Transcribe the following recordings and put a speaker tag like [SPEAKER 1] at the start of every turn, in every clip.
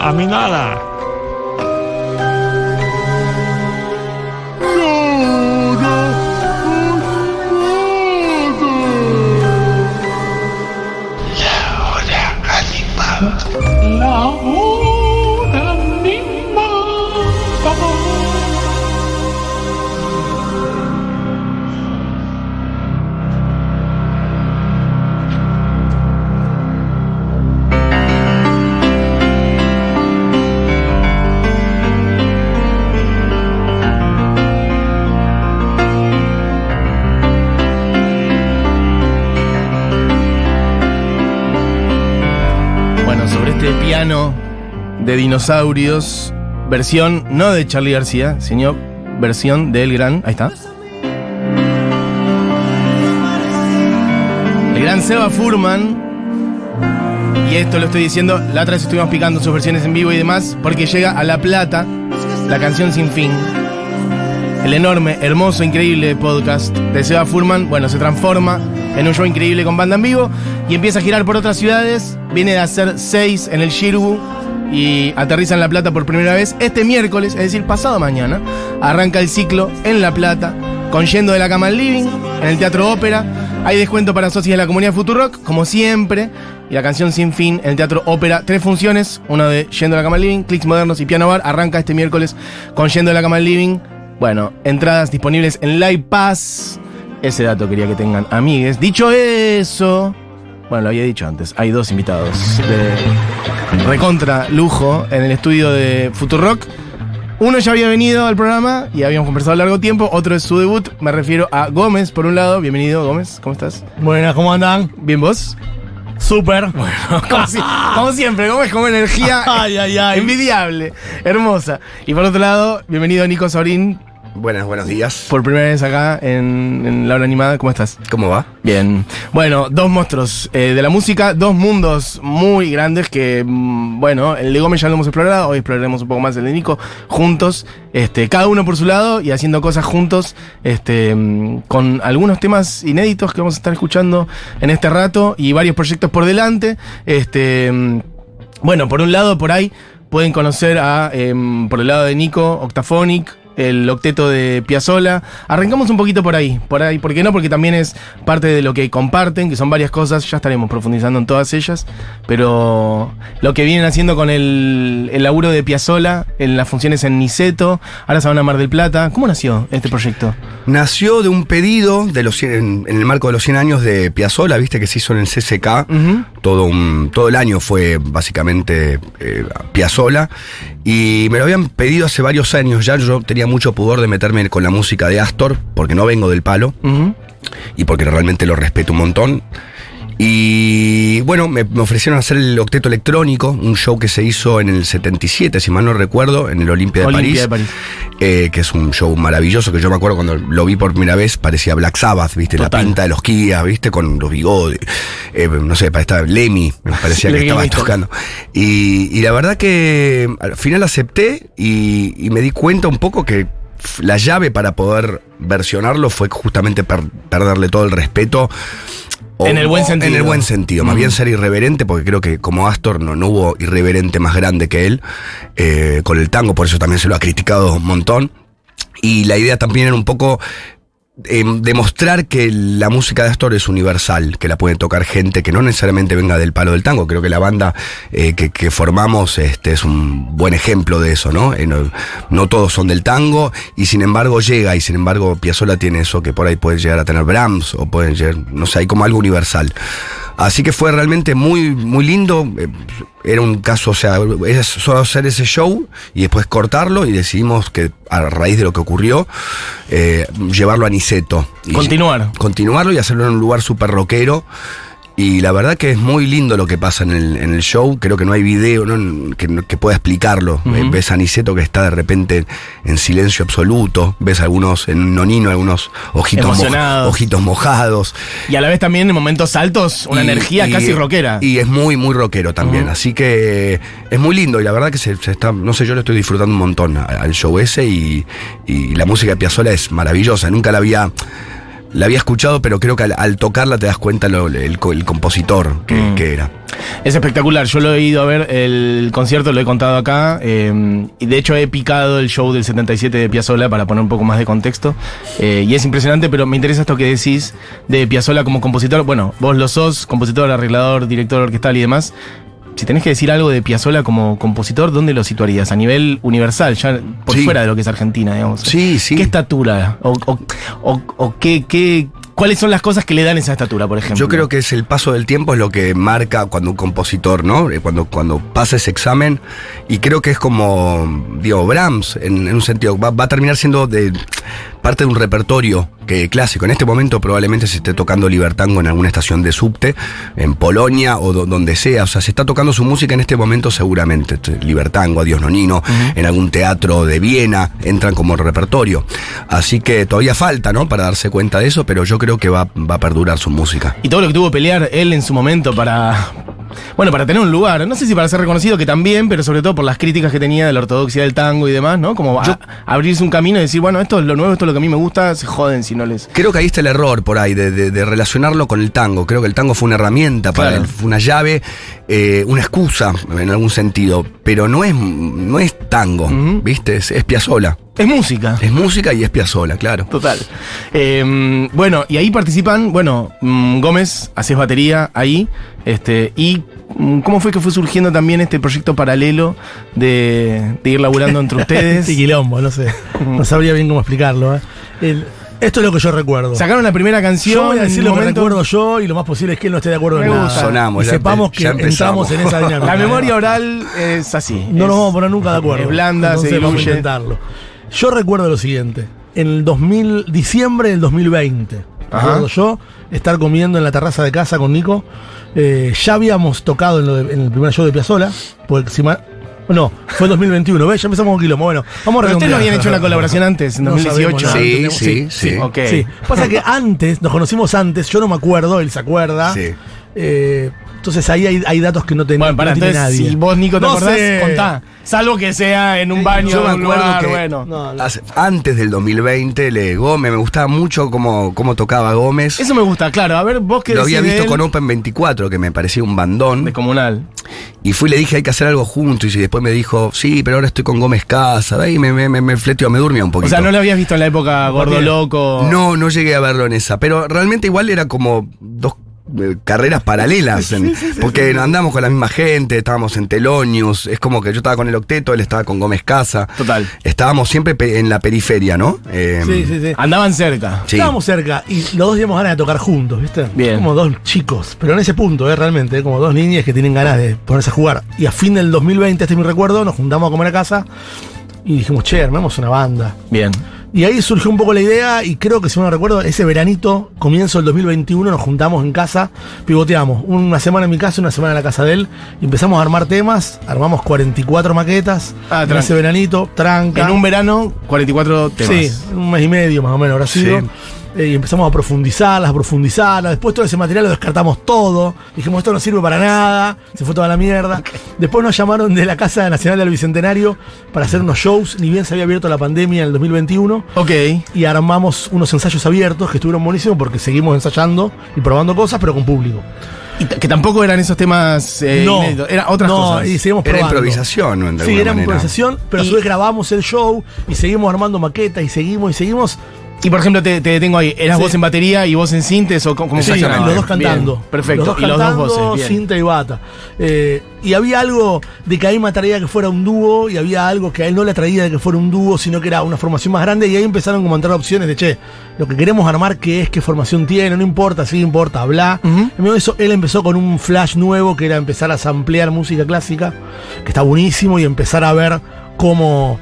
[SPEAKER 1] a mí nada. La hora animada.
[SPEAKER 2] Bueno, sobre este piano de dinosaurios, versión no de Charlie García, sino versión del gran. Ahí está. El gran Seba Furman. Y esto lo estoy diciendo, la otra vez estuvimos picando sus versiones en vivo y demás, porque llega a La Plata, la canción sin fin. El enorme, hermoso, increíble podcast de Seba Furman, bueno, se transforma en un show increíble con banda en vivo y empieza a girar por otras ciudades. Viene de hacer seis en el Shirgu y aterriza en La Plata por primera vez este miércoles, es decir, pasado mañana. Arranca el ciclo en La Plata con Yendo de la Cama al Living en el Teatro Ópera. Hay descuento para socios de la comunidad Futurock, como siempre. Y la canción Sin Fin en el Teatro Ópera. Tres funciones, una de Yendo a la Cama al Living, Clicks Modernos y Piano Bar. Arranca este miércoles con Yendo a la Cama al Living. Bueno, entradas disponibles en Live Pass. Ese dato quería que tengan amigues. Dicho eso, bueno, lo había dicho antes, hay dos invitados de recontra lujo en el estudio de Futurock. Uno ya había venido al programa y habíamos conversado largo tiempo, otro es su debut, me refiero a Gómez, por un lado. Bienvenido, Gómez, ¿cómo estás?
[SPEAKER 3] Buenas, ¿cómo andan?
[SPEAKER 2] ¿Bien vos?
[SPEAKER 3] Súper.
[SPEAKER 2] Como, si- como siempre, Gómez con una energía
[SPEAKER 3] Ay, ay, ay.
[SPEAKER 2] envidiable, hermosa. Y por otro lado, bienvenido Nico Saurín,
[SPEAKER 4] Buenas, buenos días.
[SPEAKER 2] por primera vez acá en, en La Hora Animada, ¿cómo estás?
[SPEAKER 4] ¿Cómo va?
[SPEAKER 2] Bien. Bueno, dos monstruos eh, de la música, dos mundos muy grandes que, mm, bueno, el de Gómez ya lo hemos explorado, hoy exploraremos un poco más el de Nico, juntos, este, cada uno por su lado y haciendo cosas juntos, este, mm, con algunos temas inéditos que vamos a estar escuchando en este rato y varios proyectos por delante. Este, mm, bueno, por un lado, por ahí pueden conocer a, em, por el lado de Nico, Octaphonic, el octeto de Piazzola. Arrancamos un poquito por ahí, por ahí, ¿por qué no? Porque también es parte de lo que comparten, que son varias cosas, ya estaremos profundizando en todas ellas, pero lo que vienen haciendo con el, el laburo de Piazzola, en las funciones en Niceto, ahora se van a Mar del Plata. ¿Cómo nació este proyecto?
[SPEAKER 4] Nació de un pedido de los 100 en, en el marco de los 100 años de Piazzola, viste que se hizo en el CCK.
[SPEAKER 2] Ujú.
[SPEAKER 4] Todo, un, todo el año fue básicamente eh, Piazzola. Y me lo habían pedido hace varios años ya. Yo tenía mucho pudor de meterme con la música de Astor, porque no vengo del palo.
[SPEAKER 2] Ujú.
[SPEAKER 4] y porque realmente lo respeto un montón. Y bueno, me, me ofrecieron hacer el Octeto Electrónico, un show que se hizo en el 77, si mal no recuerdo, en el Olimpia de
[SPEAKER 2] Olimpia de
[SPEAKER 4] París,
[SPEAKER 2] París.
[SPEAKER 4] eh, que es un show maravilloso, que yo me acuerdo cuando lo vi por primera vez, parecía Black Sabbath, ¿viste?
[SPEAKER 2] Total.
[SPEAKER 4] La pinta de los Kia, ¿viste? Con los bigotes, eh, no sé, para estar Lemmy, me parecía que
[SPEAKER 2] Lemmy
[SPEAKER 4] estaba
[SPEAKER 2] Wiesel.
[SPEAKER 4] tocando. Y, y la verdad que al final acepté y, y me di cuenta un poco que f- la llave para poder versionarlo fue justamente per- perderle todo el respeto.
[SPEAKER 2] En el buen sentido.
[SPEAKER 4] En el buen sentido. Más
[SPEAKER 2] Ujú.
[SPEAKER 4] bien ser irreverente, porque creo que como Astor no, no hubo irreverente más grande que él eh, con el tango, por eso también se lo ha criticado un montón. Y la idea también era un poco eh, demostrar que la música de Astor es universal, que la puede tocar gente que no necesariamente venga del palo del tango. Creo que la banda eh, que, que formamos este, es un buen ejemplo de eso, ¿no? Eh, no, no todos son del tango y sin embargo llega y sin embargo Piazzolla tiene eso que por ahí puede llegar a tener Brahms o pueden llegar, no sé, hay como algo universal. Así que fue realmente muy, muy lindo. eh, Era un caso, o sea, era solo hacer ese show y después cortarlo y decidimos que a raíz de lo que ocurrió, eh, llevarlo a Niceto. Y-
[SPEAKER 2] Continuar.
[SPEAKER 4] Continuarlo y hacerlo en un lugar súper rockero. Y la verdad que es muy lindo lo que pasa en el, en el show. Creo que no hay video ¿no? Que, que pueda explicarlo.
[SPEAKER 2] Ujú.
[SPEAKER 4] Eh, Ves a Niceto que está de repente en silencio absoluto. Ves algunos en un nonino, algunos ojitos, mo-
[SPEAKER 2] Emocionados.
[SPEAKER 4] ojitos mojados.
[SPEAKER 2] Y a la vez también en momentos altos, una
[SPEAKER 4] Y-
[SPEAKER 2] energía
[SPEAKER 4] y-
[SPEAKER 2] casi rockera.
[SPEAKER 4] Y es muy, muy rockero también.
[SPEAKER 2] Ujú.
[SPEAKER 4] Así que eh, es muy lindo. Y la verdad que se, se está, no sé, yo lo estoy disfrutando un montón a- al show ese. Y, y la música de Piazzolla es maravillosa. Nunca la había. La había escuchado, pero creo que al, al tocarla te das cuenta lo- el, co- el compositor que,
[SPEAKER 2] Mm.
[SPEAKER 4] que era.
[SPEAKER 2] Es espectacular, yo lo he ido a ver, el concierto lo he contado acá, eh, y de hecho he picado el show del 77 de Piazzolla para poner un poco más de contexto, eh, y es impresionante, pero me interesa esto que decís de Piazzolla como compositor, bueno, vos lo sos, compositor, arreglador, director orquestal y demás, si tenés que decir algo de Piazzolla como compositor, ¿dónde lo situarías? A nivel universal, ya por
[SPEAKER 4] Sí.
[SPEAKER 2] fuera de lo que es Argentina, digamos.
[SPEAKER 4] Sí, sí.
[SPEAKER 2] ¿Qué estatura? ¿O, o- o- o qué, qué- cuáles son las cosas que le dan esa estatura, por ejemplo?
[SPEAKER 4] Yo creo que es el paso del tiempo es lo que marca cuando un compositor, ¿no? Eh, Cuando, cuando pasa ese examen. Y creo que es como, digo, Brahms, en, en un sentido, va, va a terminar siendo de parte de un repertorio que, clásico. En este momento probablemente se esté tocando Libertango en alguna estación de subte, en Polonia o do- donde sea. O sea, se está tocando su música en este momento seguramente. Este, Libertango, Adiós Nonino, en algún teatro de Viena, entran como repertorio. Así que todavía falta, ¿no? Para darse cuenta de eso, pero yo creo que va, va a perdurar su música.
[SPEAKER 2] Y todo lo que tuvo que pelear él en su momento para. Bueno, para tener un lugar. No sé si para ser reconocido, que también, pero sobre todo por las críticas que tenía de la ortodoxia del tango y demás, ¿no? Como a- abrirse un camino y decir, bueno, esto es lo nuevo, esto es lo que a mí me gusta, se joden si no les.
[SPEAKER 4] Creo que ahí está el error por ahí, de, de- de relacionarlo con el tango. Creo que el tango fue una herramienta para
[SPEAKER 2] Claro.
[SPEAKER 4] él, fue una llave, eh, una excusa en algún sentido, pero no es, no es tango,
[SPEAKER 2] Ujú.
[SPEAKER 4] ¿viste? Es, es Piazzolla.
[SPEAKER 2] Es música.
[SPEAKER 4] Es música y es Piazzolla, claro.
[SPEAKER 2] Total. Eh, bueno, y ahí participan, bueno, mm, Gómez, haces batería ahí. Este, y mm, cómo fue que fue surgiendo también este proyecto paralelo de, de ir laburando entre ustedes.
[SPEAKER 3] Este quilombo, no sé. No sabría bien cómo explicarlo. ¿eh? El- esto es lo que yo recuerdo.
[SPEAKER 2] Sacaron la primera canción.
[SPEAKER 3] Yo voy a decir
[SPEAKER 2] en
[SPEAKER 3] lo
[SPEAKER 2] un
[SPEAKER 3] que
[SPEAKER 2] momento-
[SPEAKER 3] recuerdo yo y lo más posible es que él no esté de acuerdo
[SPEAKER 2] Me
[SPEAKER 3] en nada.
[SPEAKER 2] gusta.
[SPEAKER 4] Sonamos,
[SPEAKER 3] y
[SPEAKER 4] ya
[SPEAKER 3] sepamos
[SPEAKER 4] empe-
[SPEAKER 3] que
[SPEAKER 4] ya
[SPEAKER 3] entramos
[SPEAKER 4] empezamos.
[SPEAKER 3] en esa dinámica.
[SPEAKER 2] La memoria
[SPEAKER 3] ¿eh?
[SPEAKER 2] oral es así.
[SPEAKER 3] No
[SPEAKER 2] es-
[SPEAKER 3] nos vamos a poner nunca de acuerdo.
[SPEAKER 2] Es blanda,
[SPEAKER 3] Entonces
[SPEAKER 2] se
[SPEAKER 3] vamos a
[SPEAKER 2] diluye.
[SPEAKER 3] intentarlo. Yo recuerdo lo siguiente. En el 2000, diciembre del 2020,
[SPEAKER 2] Ajá.
[SPEAKER 3] recuerdo yo estar comiendo en la terraza de casa con Nico. Eh, ya habíamos tocado en, lo de- en el primer show de Piazzola. Porque si mal- No, fue el 2021, ¿ves? Ya empezamos con quilombo. Bueno, vamos a
[SPEAKER 2] Pero ustedes no
[SPEAKER 3] redondear.
[SPEAKER 2] habían hecho una colaboración antes, en
[SPEAKER 3] No sabemos
[SPEAKER 2] 2018.
[SPEAKER 3] nada.
[SPEAKER 4] Sí,
[SPEAKER 3] tenemos-
[SPEAKER 4] sí,
[SPEAKER 3] sí,
[SPEAKER 4] sí.
[SPEAKER 2] Ok.
[SPEAKER 3] Sí. Pasa que antes, nos conocimos antes, yo no me acuerdo, él se acuerda.
[SPEAKER 4] Sí.
[SPEAKER 3] Eh, entonces ahí hay, hay datos que no, ten,
[SPEAKER 2] Bueno, para
[SPEAKER 3] no tiene
[SPEAKER 2] entonces,
[SPEAKER 3] nadie.
[SPEAKER 2] si vos, Nico, te
[SPEAKER 3] No
[SPEAKER 2] acordás,
[SPEAKER 3] sé.
[SPEAKER 2] contá. Salvo que sea en un baño,
[SPEAKER 4] Yo me
[SPEAKER 2] en un
[SPEAKER 4] acuerdo
[SPEAKER 2] lugar,
[SPEAKER 4] que-
[SPEAKER 2] bueno.
[SPEAKER 3] No, no.
[SPEAKER 4] Hace- Antes del 2020, le Gómez, me gustaba mucho cómo, cómo tocaba Gómez.
[SPEAKER 2] Eso me gusta, claro. A ver, vos que
[SPEAKER 4] Lo había
[SPEAKER 2] decís de
[SPEAKER 4] visto
[SPEAKER 2] él,
[SPEAKER 4] con Open 24, que me parecía un bandón.
[SPEAKER 2] Descomunal.
[SPEAKER 4] Y fui y le dije, hay que hacer algo juntos. Y después me dijo, sí, pero ahora estoy con Gómez Casa. Ahí me, me, me, me fleteó, me durmió un
[SPEAKER 2] O
[SPEAKER 4] poquito.
[SPEAKER 2] sea, no lo habías visto en la época gordo loco.
[SPEAKER 4] No, no llegué a verlo en esa. Pero realmente igual era como dos eh, carreras paralelas. en- porque andamos con la misma gente, estábamos en Telonius. Es como que yo estaba con el octeto, él estaba con Gómez Casa.
[SPEAKER 2] Total.
[SPEAKER 4] Estábamos siempre pe- en la periferia, ¿no? Eh,
[SPEAKER 3] Sí, sí, sí.
[SPEAKER 2] Andaban cerca.
[SPEAKER 4] sí.
[SPEAKER 3] Estábamos cerca y los dos teníamos ganas de tocar juntos, ¿viste?
[SPEAKER 2] Bien.
[SPEAKER 3] Como dos chicos, pero en ese punto, ¿eh? realmente, ¿eh? como dos niñas que tienen ganas de ponerse a jugar. Y a fin del 2020, este es mi recuerdo, nos juntamos a comer a casa y dijimos, che, armemos una banda.
[SPEAKER 2] Bien.
[SPEAKER 3] Y ahí surgió un poco la idea y creo que si no recuerdo, ese veranito, comienzo del 2021, nos juntamos en casa, pivoteamos una semana en mi casa, una semana en la casa de él, y empezamos a armar temas, armamos 44 maquetas
[SPEAKER 2] Ah,
[SPEAKER 3] en
[SPEAKER 2] tranca.
[SPEAKER 3] ese veranito, tranca.
[SPEAKER 2] En un verano, 44 temas.
[SPEAKER 3] Sí, un mes y medio más o menos habrá sido.
[SPEAKER 4] Sí.
[SPEAKER 3] Eh, y empezamos a profundizarlas, a profundizarlas. Después todo ese material lo descartamos todo. Dijimos, esto no sirve para nada. Se fue toda la mierda. Después nos llamaron de la Casa Nacional del Bicentenario para hacer unos shows. Ni bien se había abierto la pandemia en el 2021.
[SPEAKER 2] Ok.
[SPEAKER 3] Y armamos unos ensayos abiertos que estuvieron buenísimos porque seguimos ensayando y probando cosas, pero con público.
[SPEAKER 2] Y t- que tampoco eran esos temas. eh, inéditos, Eran otras
[SPEAKER 3] no,
[SPEAKER 2] cosas.
[SPEAKER 3] y seguimos
[SPEAKER 4] Era
[SPEAKER 3] probando.
[SPEAKER 4] improvisación, ¿no? De
[SPEAKER 3] Sí,
[SPEAKER 4] alguna
[SPEAKER 3] era
[SPEAKER 4] manera.
[SPEAKER 3] improvisación, pero a
[SPEAKER 2] Y-
[SPEAKER 3] su vez grabamos el show y seguimos armando maquetas y seguimos y seguimos.
[SPEAKER 2] Y por ejemplo, te, te detengo ahí. ¿Eras
[SPEAKER 3] Sí.
[SPEAKER 2] vos en batería y vos en sintes o cómo, cómo
[SPEAKER 3] Sí,
[SPEAKER 2] funcionaba?
[SPEAKER 3] los dos
[SPEAKER 2] Bien,
[SPEAKER 3] cantando.
[SPEAKER 2] perfecto.
[SPEAKER 3] Los dos
[SPEAKER 2] y los
[SPEAKER 3] cantando,
[SPEAKER 2] dos voces. bien.
[SPEAKER 3] cinta y bata. Eh, y había algo de que a él me atraía que fuera un dúo y había algo que a él no le atraía de que fuera un dúo, sino que era una formación más grande y ahí empezaron como a entrar opciones de, che, lo que queremos armar, ¿qué es? ¿Qué formación tiene? No importa, sí importa, bla.
[SPEAKER 2] Ujú.
[SPEAKER 3] En medio de eso, él empezó con un flash nuevo que era empezar a samplear música clásica, que está buenísimo, y empezar a ver cómo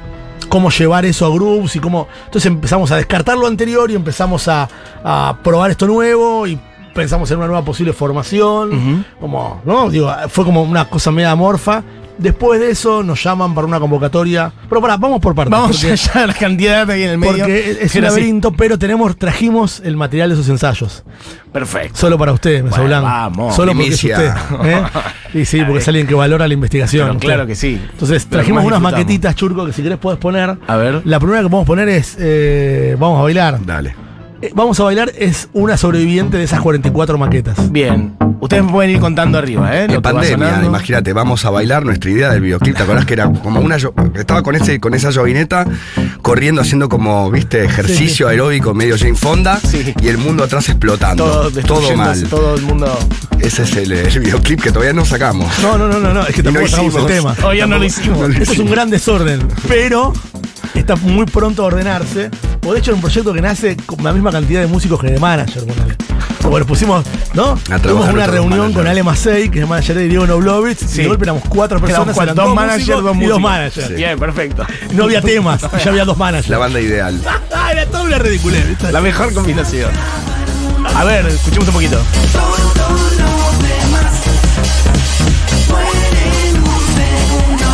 [SPEAKER 3] cómo llevar eso a groups y cómo... Entonces empezamos a descartar lo anterior y empezamos a, a probar esto nuevo y pensamos en una nueva posible formación. Como, ¿no? Digo, fue como una cosa media amorfa. Después de eso nos llaman para una convocatoria. Pero pará, vamos por partes.
[SPEAKER 2] Vamos
[SPEAKER 3] porque-
[SPEAKER 2] allá a la cantidad de ahí en el medio.
[SPEAKER 3] porque es un
[SPEAKER 2] Pero sí.
[SPEAKER 3] laberinto, pero tenemos, trajimos el material de esos ensayos.
[SPEAKER 2] Perfecto.
[SPEAKER 3] Solo para usted, Mesa
[SPEAKER 2] Bueno,
[SPEAKER 3] Blanco.
[SPEAKER 2] vamos,
[SPEAKER 3] Solo porque es usted.
[SPEAKER 4] primicia.
[SPEAKER 3] ¿eh? Y sí, porque es alguien que valora la investigación.
[SPEAKER 2] Pero
[SPEAKER 3] usted.
[SPEAKER 2] claro que sí.
[SPEAKER 3] Entonces
[SPEAKER 2] Pero
[SPEAKER 3] trajimos
[SPEAKER 2] más
[SPEAKER 3] unas
[SPEAKER 2] disfrutamos.
[SPEAKER 3] maquetitas, Churco, que si querés podés poner.
[SPEAKER 2] A ver.
[SPEAKER 3] La primera que podemos poner es eh, Vamos a bailar.
[SPEAKER 4] Dale.
[SPEAKER 3] eh, Vamos a bailar es una sobreviviente de esas 44 maquetas.
[SPEAKER 2] Bien. Ustedes me pueden ir contando arriba, ¿eh? Lo
[SPEAKER 4] En
[SPEAKER 2] que va
[SPEAKER 4] pandemia,
[SPEAKER 2] sonando.
[SPEAKER 4] imagínate, vamos a bailar nuestra idea del videoclip. ¿Te acordás que era como una. yo- Estaba con, ese, con esa llovineta corriendo, haciendo como, viste, ejercicio aeróbico medio Jane Fonda
[SPEAKER 2] Sí.
[SPEAKER 4] y el mundo atrás explotando.
[SPEAKER 2] Todo,
[SPEAKER 4] Todo,
[SPEAKER 2] destruyéndose,
[SPEAKER 4] mal.
[SPEAKER 2] Todo el mundo.
[SPEAKER 4] Ese es el, el videoclip que todavía no sacamos.
[SPEAKER 3] No, no, no, no, no, es que
[SPEAKER 4] Y
[SPEAKER 3] tampoco
[SPEAKER 4] no
[SPEAKER 3] estamos el tema.
[SPEAKER 4] hicimos.
[SPEAKER 2] Hoy ya no lo hicimos.
[SPEAKER 4] No lo
[SPEAKER 3] Eso es un
[SPEAKER 4] hicimos.
[SPEAKER 3] gran desorden, pero está muy pronto a ordenarse. O de hecho era un proyecto que nace con la misma cantidad de músicos que de manager. ponele. Como nos pusimos, ¿no? Tuvimos
[SPEAKER 4] trabajar
[SPEAKER 3] una
[SPEAKER 4] otros
[SPEAKER 3] reunión
[SPEAKER 4] managers.
[SPEAKER 3] con Ale Macei, que es manager de Diego Noblovitz, y de golpe éramos cuatro personas,
[SPEAKER 2] cuatro,
[SPEAKER 3] eran
[SPEAKER 2] dos
[SPEAKER 3] dos,
[SPEAKER 2] managers,
[SPEAKER 3] músicos
[SPEAKER 2] dos
[SPEAKER 3] y
[SPEAKER 2] músicos.
[SPEAKER 3] dos managers.
[SPEAKER 2] Bien, perfecto.
[SPEAKER 3] No había temas, y ya había dos managers.
[SPEAKER 4] La banda ideal.
[SPEAKER 3] era toda una ridiculez. ¿viste?
[SPEAKER 2] La mejor combinación. A ver, escuchemos un poquito.
[SPEAKER 5] Todos los demás mueren un segundo.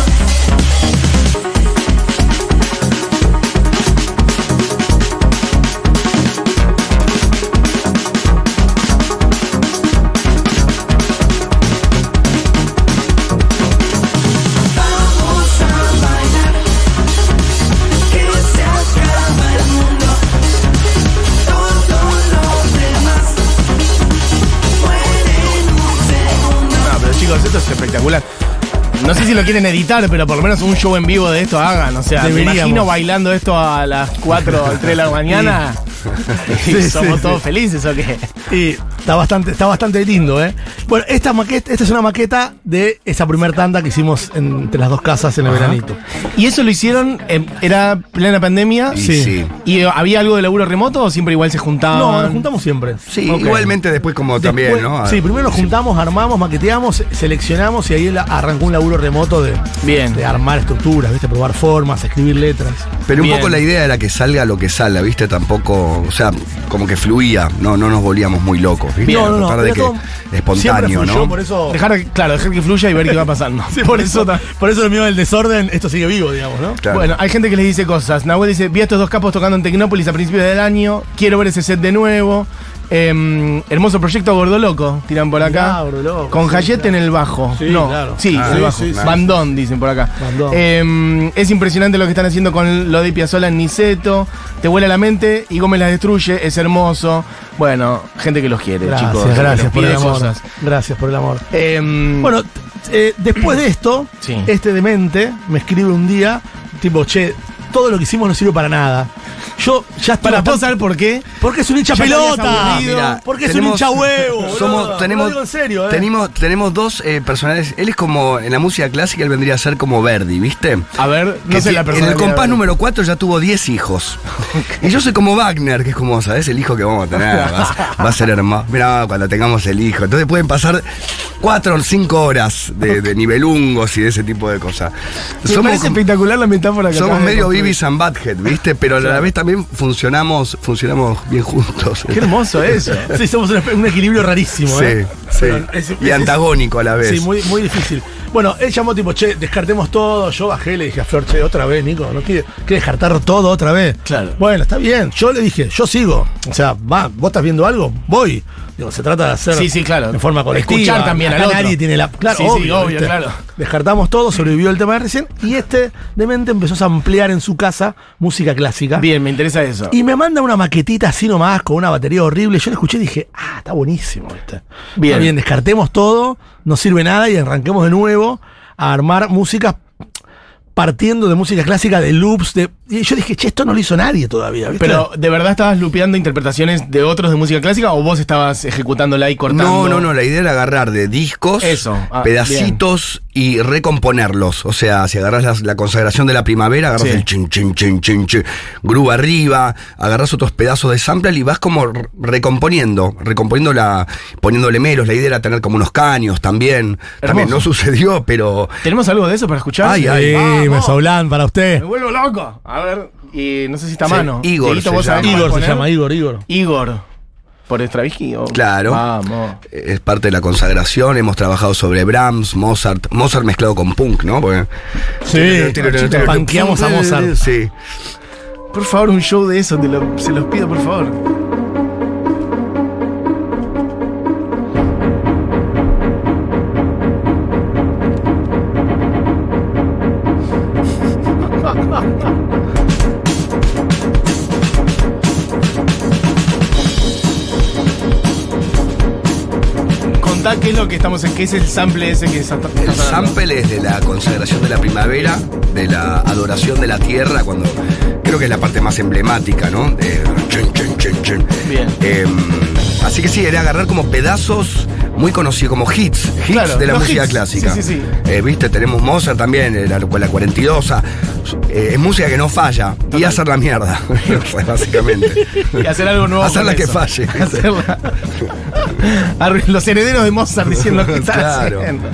[SPEAKER 5] Vamos a bailar, que se acaba el mundo. Todos los demás mueren un segundo.
[SPEAKER 2] No, pero chicos, esto es espectacular. No sé si lo quieren editar, pero por lo menos un show en vivo de esto hagan. O sea,
[SPEAKER 3] Deberíamos.
[SPEAKER 2] me imagino bailando esto a las 4 o 3 de la mañana. y
[SPEAKER 3] Sí,
[SPEAKER 2] somos
[SPEAKER 3] sí,
[SPEAKER 2] todos
[SPEAKER 3] sí.
[SPEAKER 2] felices o qué.
[SPEAKER 3] Y está bastante, está bastante lindo, ¿eh? Bueno, esta, maqueta, esta es una maqueta de esa primer tanda que hicimos en- entre las dos casas en el veranito.
[SPEAKER 2] ¿Y eso lo hicieron? eh, ¿Era plena pandemia?
[SPEAKER 4] Y Sí. sí.
[SPEAKER 2] ¿Y eh, había algo de laburo remoto o siempre igual se juntaban?
[SPEAKER 3] No, nos juntamos siempre.
[SPEAKER 4] Ah, Sí,
[SPEAKER 2] Ok.
[SPEAKER 4] igualmente después como también,
[SPEAKER 3] Después-
[SPEAKER 4] ¿no? Ah,
[SPEAKER 3] Sí, primero nos juntamos, armamos, maqueteamos, seleccionamos y ahí la- arrancó un laburo remoto de,
[SPEAKER 2] Bien.
[SPEAKER 3] de armar estructuras, ¿viste? probar formas, escribir letras.
[SPEAKER 4] Pero un
[SPEAKER 2] Bien.
[SPEAKER 4] poco la idea era que salga lo que salga, ¿viste? Tampoco, o sea, como que fluía, no, no nos volvíamos muy locos, ¿viste? Tratar de
[SPEAKER 3] era
[SPEAKER 4] que
[SPEAKER 3] todo- siempre
[SPEAKER 4] espontáneo,
[SPEAKER 3] fluyó,
[SPEAKER 4] ¿no?
[SPEAKER 3] Por eso,
[SPEAKER 2] Dejar, que- claro, dejar que fluya y ver qué va pasando.
[SPEAKER 3] Sí, por eso, ta- por eso el miedo del desorden, esto sigue vivo, digamos, ¿no?
[SPEAKER 4] Claro.
[SPEAKER 2] Bueno, hay gente que les dice cosas. Nahuel dice, vi a estos dos capos tocando en Tecnópolis a principios del año, quiero ver ese set de nuevo. Em, hermoso proyecto Gordo Loco, tiran por acá.
[SPEAKER 3] Mirá, Gordo Loco,
[SPEAKER 2] Con
[SPEAKER 3] sí,
[SPEAKER 2] Jayet
[SPEAKER 3] claro.
[SPEAKER 2] en el bajo.
[SPEAKER 3] Sí,
[SPEAKER 2] no,
[SPEAKER 3] claro.
[SPEAKER 2] sí,
[SPEAKER 4] Ah,
[SPEAKER 2] en el
[SPEAKER 4] sí,
[SPEAKER 2] bajo.
[SPEAKER 4] sí, sí.
[SPEAKER 2] Bandón, dicen por acá.
[SPEAKER 3] Bandón.
[SPEAKER 2] Em, es impresionante lo que están haciendo con lo de Piazzolla en Niceto. Te vuela la mente y Gómez la destruye, es hermoso. Bueno, gente que los quiere,
[SPEAKER 3] Gracias,
[SPEAKER 2] chicos.
[SPEAKER 3] gracias por el
[SPEAKER 2] las
[SPEAKER 3] amor.
[SPEAKER 2] cosas.
[SPEAKER 3] Gracias por el amor.
[SPEAKER 2] Em,
[SPEAKER 3] Bueno, t- eh, después de esto,
[SPEAKER 2] Sí.
[SPEAKER 3] este demente me escribe un día, tipo, che, todo lo que hicimos no sirve para nada. Yo ya estoy
[SPEAKER 2] para
[SPEAKER 3] bastante-
[SPEAKER 2] vos saber por qué.
[SPEAKER 3] Porque es un hincha
[SPEAKER 2] Ya te habías
[SPEAKER 3] pelota.
[SPEAKER 2] aburrido.
[SPEAKER 4] Mira,
[SPEAKER 3] porque es un
[SPEAKER 4] tenemos-
[SPEAKER 3] hincha huevo. boludo.
[SPEAKER 4] Somos, tenemos,
[SPEAKER 3] Lo digo en serio, ¿eh?
[SPEAKER 4] tenemos, tenemos dos eh, personajes. Él es como, en la música clásica, él vendría a ser como Verdi, ¿viste?
[SPEAKER 2] A ver, no
[SPEAKER 4] Que
[SPEAKER 2] sé
[SPEAKER 4] si-
[SPEAKER 2] la persona.
[SPEAKER 4] en el
[SPEAKER 2] que
[SPEAKER 4] compás
[SPEAKER 2] era-
[SPEAKER 4] número 4 ya tuvo 10 hijos. Y yo soy como Wagner, que es como, ¿sabes? El hijo que vamos a tener. Va a, ser- va a ser hermoso. Mira, cuando tengamos el hijo. Entonces pueden pasar 4 o 5 horas de, de nivelungos y de ese tipo de cosas.
[SPEAKER 2] Me parece
[SPEAKER 4] como-
[SPEAKER 2] espectacular la metáfora que
[SPEAKER 4] somos
[SPEAKER 2] acabas de
[SPEAKER 4] medio
[SPEAKER 2] construir.
[SPEAKER 4] Bibis and Butthead, ¿viste? Pero a la vez también funcionamos, funcionamos bien juntos.
[SPEAKER 2] Qué hermoso eso.
[SPEAKER 3] Sí, somos un, un equilibrio rarísimo,
[SPEAKER 4] Sí,
[SPEAKER 3] ¿eh?
[SPEAKER 4] sí.
[SPEAKER 3] Pero es-
[SPEAKER 4] Y
[SPEAKER 3] es-
[SPEAKER 4] antagónico a la vez.
[SPEAKER 3] Sí, muy, muy difícil. Bueno, él llamó tipo, che, descartemos todo. Yo bajé, le dije a Flor, che, otra vez, Nico, ¿no quiere, quiere descartar todo otra vez?
[SPEAKER 2] Claro.
[SPEAKER 3] Bueno, está bien. Yo le dije, yo sigo. O sea, va, vos estás viendo algo, voy. Digo, se trata de hacer
[SPEAKER 2] Sí, sí, claro.
[SPEAKER 3] de forma colectiva.
[SPEAKER 2] Escuchar también
[SPEAKER 3] Acá
[SPEAKER 2] al otro.
[SPEAKER 3] nadie tiene la... Claro,
[SPEAKER 2] Sí, sí,
[SPEAKER 3] obvio,
[SPEAKER 2] obvio,
[SPEAKER 3] ¿viste?
[SPEAKER 2] claro.
[SPEAKER 3] Descartamos todo, sobrevivió el tema de recién. Y este demente empezó a ampliar en su casa música clásica.
[SPEAKER 2] Bien, me interesa eso.
[SPEAKER 3] Y me manda una maquetita así nomás con una batería horrible. Yo la escuché y dije, ah, está buenísimo. ¿viste?
[SPEAKER 2] Bien.
[SPEAKER 3] Está bien, descartemos todo, no sirve nada y arranquemos de nuevo a armar música partiendo de música clásica, de loops. De... Y yo dije, che, esto no lo hizo nadie todavía. ¿viste?
[SPEAKER 2] Pero, ¿de verdad estabas lupeando interpretaciones de otros de música clásica o vos estabas ejecutándola y cortando?
[SPEAKER 4] No, no, no, la idea era agarrar de discos,
[SPEAKER 2] Eso, ah,
[SPEAKER 4] pedacitos y recomponerlos. O sea, si agarras la, la consagración de la primavera, agarras
[SPEAKER 2] Sí.
[SPEAKER 4] el chin, chin, chin, chin, chin, groove arriba, agarras otros pedazos de sampler y vas como re- recomponiendo, recomponiendo la, poniéndole melos. La idea era tener como unos caños también. También no
[SPEAKER 2] Hermoso.
[SPEAKER 4] sucedió, pero.
[SPEAKER 2] ¿Tenemos algo de eso para escuchar?
[SPEAKER 4] Ay, ay.
[SPEAKER 3] Sí,
[SPEAKER 2] Vamos.
[SPEAKER 3] Mesaulán, para usted.
[SPEAKER 2] Me vuelvo loco. A ver, y no sé si está a
[SPEAKER 4] Sí,
[SPEAKER 2] mano.
[SPEAKER 4] Igor
[SPEAKER 2] Dieguito,
[SPEAKER 4] se
[SPEAKER 2] ¿vos sabés
[SPEAKER 4] llama.
[SPEAKER 2] cuál
[SPEAKER 3] Igor se
[SPEAKER 2] poner?
[SPEAKER 3] llama, Igor, Igor.
[SPEAKER 2] Igor. ¿Por Stravinsky? o-
[SPEAKER 4] Claro.
[SPEAKER 2] Vamos.
[SPEAKER 4] Es parte de la consagración, hemos trabajado sobre Brahms, Mozart, Mozart mezclado con punk, ¿no? Porque-
[SPEAKER 3] Sí, panqueamos a Mozart.
[SPEAKER 4] Sí.
[SPEAKER 2] Por favor, un show de eso, te lo- se los pido, por favor. Contá qué es lo que estamos en, qué es el sample ese que está
[SPEAKER 4] El sample es de la consagración de la primavera, de la adoración de la tierra, cuando creo que es la parte más emblemática, ¿no? De chin, chin, chin, chin.
[SPEAKER 2] Bien.
[SPEAKER 4] Eh, así que sí, era agarrar como pedazos muy conocidos, como hits, hits
[SPEAKER 2] Claro,
[SPEAKER 4] de la
[SPEAKER 2] los
[SPEAKER 4] música
[SPEAKER 2] hits.
[SPEAKER 4] clásica.
[SPEAKER 2] Sí, sí,
[SPEAKER 4] Eh, Viste, tenemos Mozart también, eh, la, la 42. eh, es música que no falla y hacer la mierda, básicamente.
[SPEAKER 2] Y hacer algo nuevo.
[SPEAKER 4] Hacerla
[SPEAKER 2] con
[SPEAKER 4] que
[SPEAKER 2] eso.
[SPEAKER 4] falle.
[SPEAKER 2] Hacerla. Arru- Los herederos de Mozart diciendo que están
[SPEAKER 4] Claro.
[SPEAKER 2] haciendo.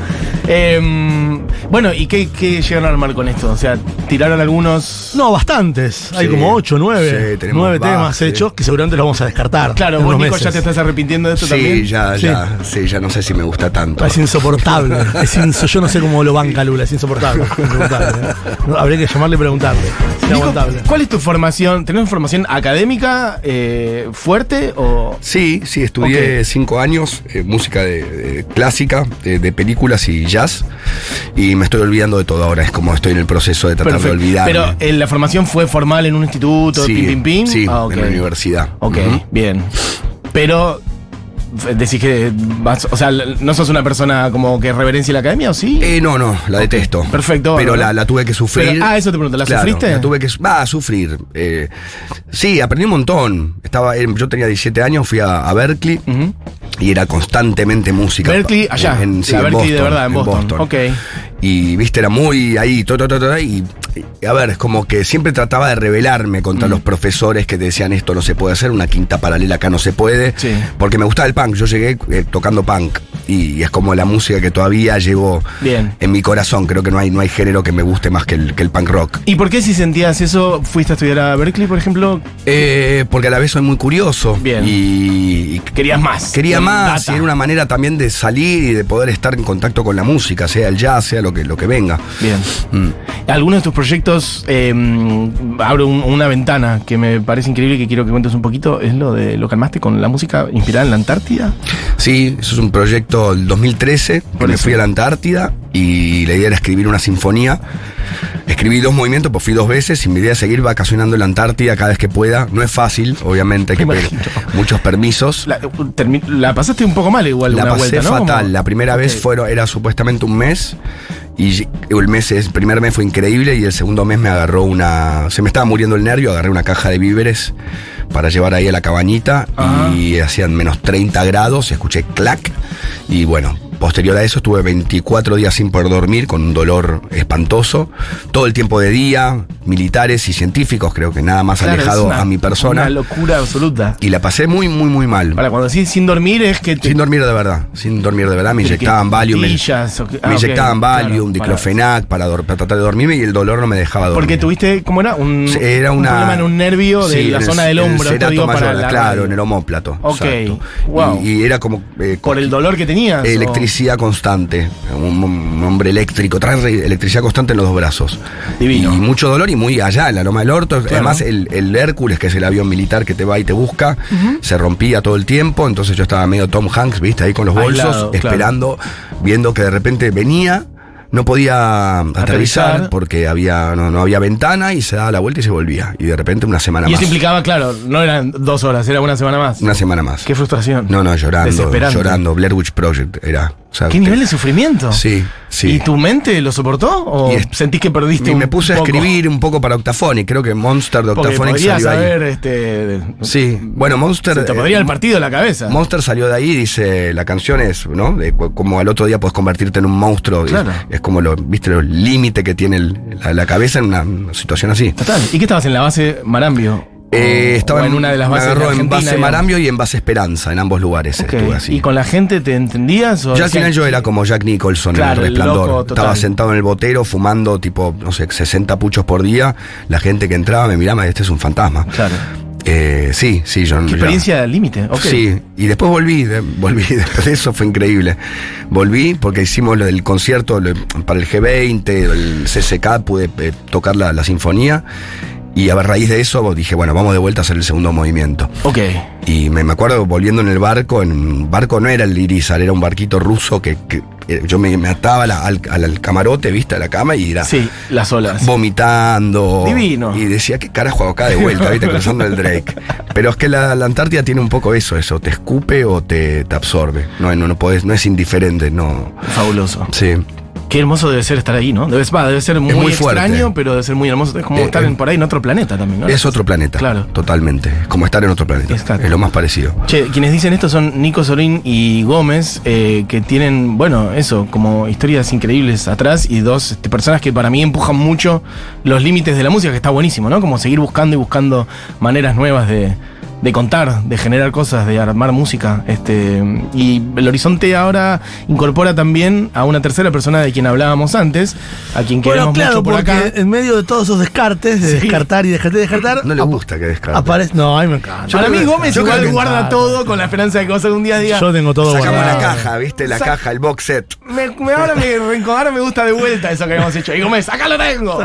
[SPEAKER 2] Em, bueno, ¿y qué, qué llegaron a armar con esto? O sea, tiraron algunos.
[SPEAKER 3] No, bastantes. Hay
[SPEAKER 4] Sí.
[SPEAKER 3] como 8, 9.
[SPEAKER 4] Sí, tenemos
[SPEAKER 3] 9 temas
[SPEAKER 4] bastantes.
[SPEAKER 3] hechos que seguramente los vamos a descartar.
[SPEAKER 2] Claro,
[SPEAKER 3] en
[SPEAKER 2] vos,
[SPEAKER 3] unos
[SPEAKER 2] Nico, ya
[SPEAKER 3] meses.
[SPEAKER 2] te estás arrepintiendo de esto
[SPEAKER 4] Sí,
[SPEAKER 2] también.
[SPEAKER 4] ya,
[SPEAKER 3] Sí.
[SPEAKER 4] ya, sí, ya no sé si me gusta tanto.
[SPEAKER 3] Es insoportable. Es inso- yo no sé cómo lo banca Lula, es insoportable. insoportable, ¿eh? No, habría que llamarle y preguntarle. Es
[SPEAKER 2] Nico,
[SPEAKER 3] inaguantable.
[SPEAKER 2] ¿Cuál es tu formación? ¿Tenés formación académica eh, fuerte o.?
[SPEAKER 4] Sí, sí, estudié
[SPEAKER 2] Ok.
[SPEAKER 4] cinco años eh, música de, de clásica, de, de películas y jazz. Y me estoy olvidando de todo ahora. Es como estoy en el proceso de tratar de
[SPEAKER 2] Perfecto.
[SPEAKER 4] olvidar.
[SPEAKER 2] Pero eh, la formación fue formal en un instituto,
[SPEAKER 4] sí,
[SPEAKER 2] pim, pim, pim.
[SPEAKER 4] sí,
[SPEAKER 2] Ah, ok.
[SPEAKER 4] en la universidad.
[SPEAKER 2] Ok,
[SPEAKER 4] Ujú.
[SPEAKER 2] bien. Pero f- decís que vas, o sea, l- no sos una persona como que reverencia la academia, ¿o sí?
[SPEAKER 4] Eh, no, no, la detesto.
[SPEAKER 2] perfecto,
[SPEAKER 4] Pero
[SPEAKER 2] ¿verdad?
[SPEAKER 4] la, la tuve que sufrir.
[SPEAKER 2] Pero- ah, eso te pregunto, ¿la
[SPEAKER 4] Claro,
[SPEAKER 2] sufriste?
[SPEAKER 4] La tuve que. su- Va, a sufrir. Eh, sí, aprendí un montón. Estaba, en- yo tenía 17 años, fui a, a Berkeley
[SPEAKER 2] Ujú.
[SPEAKER 4] y era constantemente música.
[SPEAKER 2] Berkeley, allá.
[SPEAKER 4] En, en- sí,
[SPEAKER 2] la
[SPEAKER 4] en
[SPEAKER 2] Berkeley de
[SPEAKER 4] Boston,
[SPEAKER 2] verdad, en Boston. Ok.
[SPEAKER 4] Y viste, era muy ahí, to, to, to, to, y, y, a ver, es como que siempre trataba de rebelarme contra
[SPEAKER 2] Mm.
[SPEAKER 4] los profesores que te decían esto no se puede hacer, una quinta paralela acá no se puede.
[SPEAKER 2] Sí.
[SPEAKER 4] Porque me gustaba el punk, yo llegué eh, tocando punk y, y es como la música que todavía llevo
[SPEAKER 2] Bien.
[SPEAKER 4] en mi corazón. Creo que no hay, no hay género que me guste más que el, que el punk rock.
[SPEAKER 2] ¿Y por qué si sentías eso fuiste a estudiar a Berkeley, por ejemplo?
[SPEAKER 4] Eh, porque a la vez soy muy curioso
[SPEAKER 2] Bien.
[SPEAKER 4] y- y
[SPEAKER 2] Querías más.
[SPEAKER 4] Quería más,
[SPEAKER 2] Data.
[SPEAKER 4] y era una manera también de salir y de poder estar en contacto con la música, sea el jazz, sea lo que, lo que venga.
[SPEAKER 2] Bien.
[SPEAKER 4] Mm.
[SPEAKER 2] Algunos de tus proyectos, eh, abro un- una ventana que me parece increíble y que quiero que cuentes un poquito, es lo de lo que armaste con la música inspirada en la Antártida.
[SPEAKER 4] Sí, eso es un proyecto del 2013, que
[SPEAKER 2] Por
[SPEAKER 4] me
[SPEAKER 2] eso.
[SPEAKER 4] fui a la Antártida y la idea era escribir una sinfonía. Escribí dos movimientos, pues fui dos veces y mi idea es seguir vacacionando en la Antártida cada vez que pueda. No es fácil, obviamente, hay que
[SPEAKER 2] Me
[SPEAKER 4] pedir
[SPEAKER 2] imagino.
[SPEAKER 4] muchos permisos.
[SPEAKER 2] La, eh, uh, termi- la pasaste un poco mal igual
[SPEAKER 4] La
[SPEAKER 2] una
[SPEAKER 4] pasé
[SPEAKER 2] vuelta, ¿no?
[SPEAKER 4] fatal.
[SPEAKER 2] Como-
[SPEAKER 4] La primera
[SPEAKER 2] Ok.
[SPEAKER 4] vez fueron, era supuestamente un mes. Y el mes, el primer mes fue increíble y el segundo mes me agarró una. Se me estaba muriendo el nervio, agarré una caja de víveres para llevar ahí a la cabañita
[SPEAKER 2] Ajá.
[SPEAKER 4] y hacían menos 30 grados, y escuché clac. Y bueno, posterior a eso estuve 24 días sin poder dormir con un dolor espantoso. Todo el tiempo de día, militares y científicos, creo que nada más
[SPEAKER 2] Claro,
[SPEAKER 4] alejado
[SPEAKER 2] es una-
[SPEAKER 4] a mi persona.
[SPEAKER 2] Una locura absoluta.
[SPEAKER 4] Y la pasé muy, muy, muy mal.
[SPEAKER 2] Para cuando decís sin dormir es que te-
[SPEAKER 4] Sin dormir de verdad, sin dormir de verdad, me
[SPEAKER 2] Pero
[SPEAKER 4] inyectaban
[SPEAKER 2] que
[SPEAKER 4] Valium. me-
[SPEAKER 2] pastillas o que- ah,
[SPEAKER 4] me
[SPEAKER 2] ok,
[SPEAKER 4] inyectaban
[SPEAKER 2] claro,
[SPEAKER 4] Valium,
[SPEAKER 2] para-
[SPEAKER 4] diclofenac para, dor- para tratar de dormirme y el dolor no me dejaba dormir.
[SPEAKER 2] porque tuviste, ¿cómo era? Un,
[SPEAKER 4] Sí, era
[SPEAKER 2] un
[SPEAKER 4] una,
[SPEAKER 2] problema en un nervio de
[SPEAKER 4] Sí,
[SPEAKER 2] la
[SPEAKER 4] en el-
[SPEAKER 2] zona del
[SPEAKER 4] en el
[SPEAKER 2] hombro. esto
[SPEAKER 4] cerato
[SPEAKER 2] digo para
[SPEAKER 4] mayor,
[SPEAKER 2] la-
[SPEAKER 4] claro, en el homóplato.
[SPEAKER 2] Ok,
[SPEAKER 4] exacto.
[SPEAKER 2] wow.
[SPEAKER 4] Y, y era como. eh,
[SPEAKER 2] Por el dolor que tenías. o-
[SPEAKER 4] Electricidad constante, un, un hombre eléctrico, trae re- electricidad constante en los dos brazos.
[SPEAKER 2] Divino.
[SPEAKER 4] Y mucho dolor y muy allá, en la loma del orto. Además, el, el Hércules, que es el avión militar que te va y te busca, se rompía todo el tiempo. Entonces yo estaba medio Tom Hanks, viste, ahí con los bolsos,
[SPEAKER 2] Aislado, claro.
[SPEAKER 4] esperando, viendo que de repente venía. No podía aterrizar,
[SPEAKER 2] Aterrizar.
[SPEAKER 4] porque había, no, no había ventana y se daba la vuelta y se volvía. Y de repente una semana
[SPEAKER 2] Y
[SPEAKER 4] más.
[SPEAKER 2] eso implicaba, claro, no eran dos horas, era una semana más.
[SPEAKER 4] Una semana más.
[SPEAKER 2] Qué frustración.
[SPEAKER 4] No, no, llorando,
[SPEAKER 2] Desesperante.
[SPEAKER 4] llorando. Blair Witch Project era. o sea,
[SPEAKER 2] ¿Qué
[SPEAKER 4] te-
[SPEAKER 2] nivel de sufrimiento?
[SPEAKER 4] Sí, sí.
[SPEAKER 2] ¿Y tu mente lo soportó? ¿O
[SPEAKER 4] Y es-
[SPEAKER 2] sentís que perdiste
[SPEAKER 4] Y
[SPEAKER 2] un
[SPEAKER 4] me puse a
[SPEAKER 2] poco?
[SPEAKER 4] escribir un poco para Octaphonic, creo que Monster de
[SPEAKER 2] Porque
[SPEAKER 4] Octaphonic
[SPEAKER 2] podrías
[SPEAKER 4] salió
[SPEAKER 2] haber,
[SPEAKER 4] ahí.
[SPEAKER 2] este.
[SPEAKER 4] Sí, bueno, Monster.
[SPEAKER 2] se te
[SPEAKER 4] eh,
[SPEAKER 2] podría el partido en la cabeza.
[SPEAKER 4] Monster salió de ahí, dice, la canción es, ¿no? De cu- como al otro día puedes convertirte en un monstruo. Es-
[SPEAKER 2] Claro.
[SPEAKER 4] Es, como lo, viste, los límites que tiene el- la, la cabeza en una, una situación así.
[SPEAKER 2] Total. ¿Y qué estabas en la base Marambio?
[SPEAKER 4] Eh,
[SPEAKER 2] O-
[SPEAKER 4] estaba
[SPEAKER 2] o en una de las
[SPEAKER 4] me
[SPEAKER 2] bases. de
[SPEAKER 4] agarró en
[SPEAKER 2] Argentina,
[SPEAKER 4] base
[SPEAKER 2] digamos.
[SPEAKER 4] Marambio y en base Esperanza, en ambos lugares
[SPEAKER 2] Ok.
[SPEAKER 4] estuve Este así.
[SPEAKER 2] ¿Y con la gente te entendías? O
[SPEAKER 4] Ya al
[SPEAKER 2] decían-
[SPEAKER 4] final yo era como Jack Nicholson
[SPEAKER 2] Claro,
[SPEAKER 4] en
[SPEAKER 2] el
[SPEAKER 4] el resplandor.
[SPEAKER 2] loco total.
[SPEAKER 4] Estaba sentado en el botero fumando tipo, no sé, 60 puchos por día. La gente que entraba me miraba, este es un fantasma.
[SPEAKER 2] Claro.
[SPEAKER 4] Eh, sí, sí, yo
[SPEAKER 2] Qué
[SPEAKER 4] yo-
[SPEAKER 2] experiencia al límite. ok.
[SPEAKER 4] Sí, y después volví, de- volví, después de eso fue increíble. Volví porque hicimos lo del concierto lo- para el G20, el CCK, pude eh, tocar la, la sinfonía. Y a raíz de eso dije, bueno, vamos de vuelta a hacer el segundo movimiento.
[SPEAKER 2] Ok.
[SPEAKER 4] Y me, me acuerdo volviendo en el barco, en un barco no era el Irizar, era un barquito ruso que, que eh, yo me, me ataba la- al, al- al camarote, viste, a la cama y era
[SPEAKER 2] Sí, las olas.
[SPEAKER 4] vomitando.
[SPEAKER 2] Divino.
[SPEAKER 4] Y decía, ¿qué carajo hago acá de vuelta, viste, cruzando el Drake? Pero es que la, la Antártida tiene un poco eso, eso, te escupe o te, te absorbe. No, no, no podés, no es indiferente, no.
[SPEAKER 2] Fabuloso.
[SPEAKER 4] Sí.
[SPEAKER 2] Qué hermoso debe ser estar ahí, ¿no? Debe, va, debe ser muy,
[SPEAKER 4] muy fuerte.
[SPEAKER 2] extraño, pero debe ser muy hermoso. Es como
[SPEAKER 4] Eh,
[SPEAKER 2] estar en-
[SPEAKER 4] eh.
[SPEAKER 2] por ahí en otro planeta también, ¿no?
[SPEAKER 4] Es otro planeta.
[SPEAKER 2] Claro.
[SPEAKER 4] Totalmente. Es como estar en otro planeta.
[SPEAKER 2] Exacto.
[SPEAKER 4] Es lo más parecido.
[SPEAKER 2] Che, quienes dicen esto son Nico Sorín y Gómez, eh, que tienen, bueno, eso, como historias increíbles atrás y dos este, personas que para mí empujan mucho los límites de la música, que está buenísimo, ¿no? Como seguir buscando y buscando maneras nuevas de, de contar, de generar cosas, de armar música. Este, y El Horizonte ahora incorpora también a una tercera persona de quien hablábamos antes, a quien queremos
[SPEAKER 3] Bueno, claro,
[SPEAKER 2] mucho por
[SPEAKER 3] porque
[SPEAKER 2] acá.
[SPEAKER 3] en medio de todos esos descartes, de
[SPEAKER 2] Sí.
[SPEAKER 3] descartar y descartar y descartar,
[SPEAKER 4] No le
[SPEAKER 3] apu-
[SPEAKER 4] gusta que descarte.
[SPEAKER 3] aparece. No, a mí me encanta.
[SPEAKER 2] para mí Gómez
[SPEAKER 4] yo creo
[SPEAKER 2] igual
[SPEAKER 4] que-
[SPEAKER 2] guarda todo con la esperanza de que vos algún día diga...
[SPEAKER 3] Yo tengo todo
[SPEAKER 4] Sacamos la
[SPEAKER 3] guardado.
[SPEAKER 4] caja, ¿viste? La
[SPEAKER 2] Sa-
[SPEAKER 4] caja, el box set.
[SPEAKER 2] Me, me- ahora, me, re- ahora me gusta de vuelta eso que habíamos hecho. Y Gómez, acá lo tengo.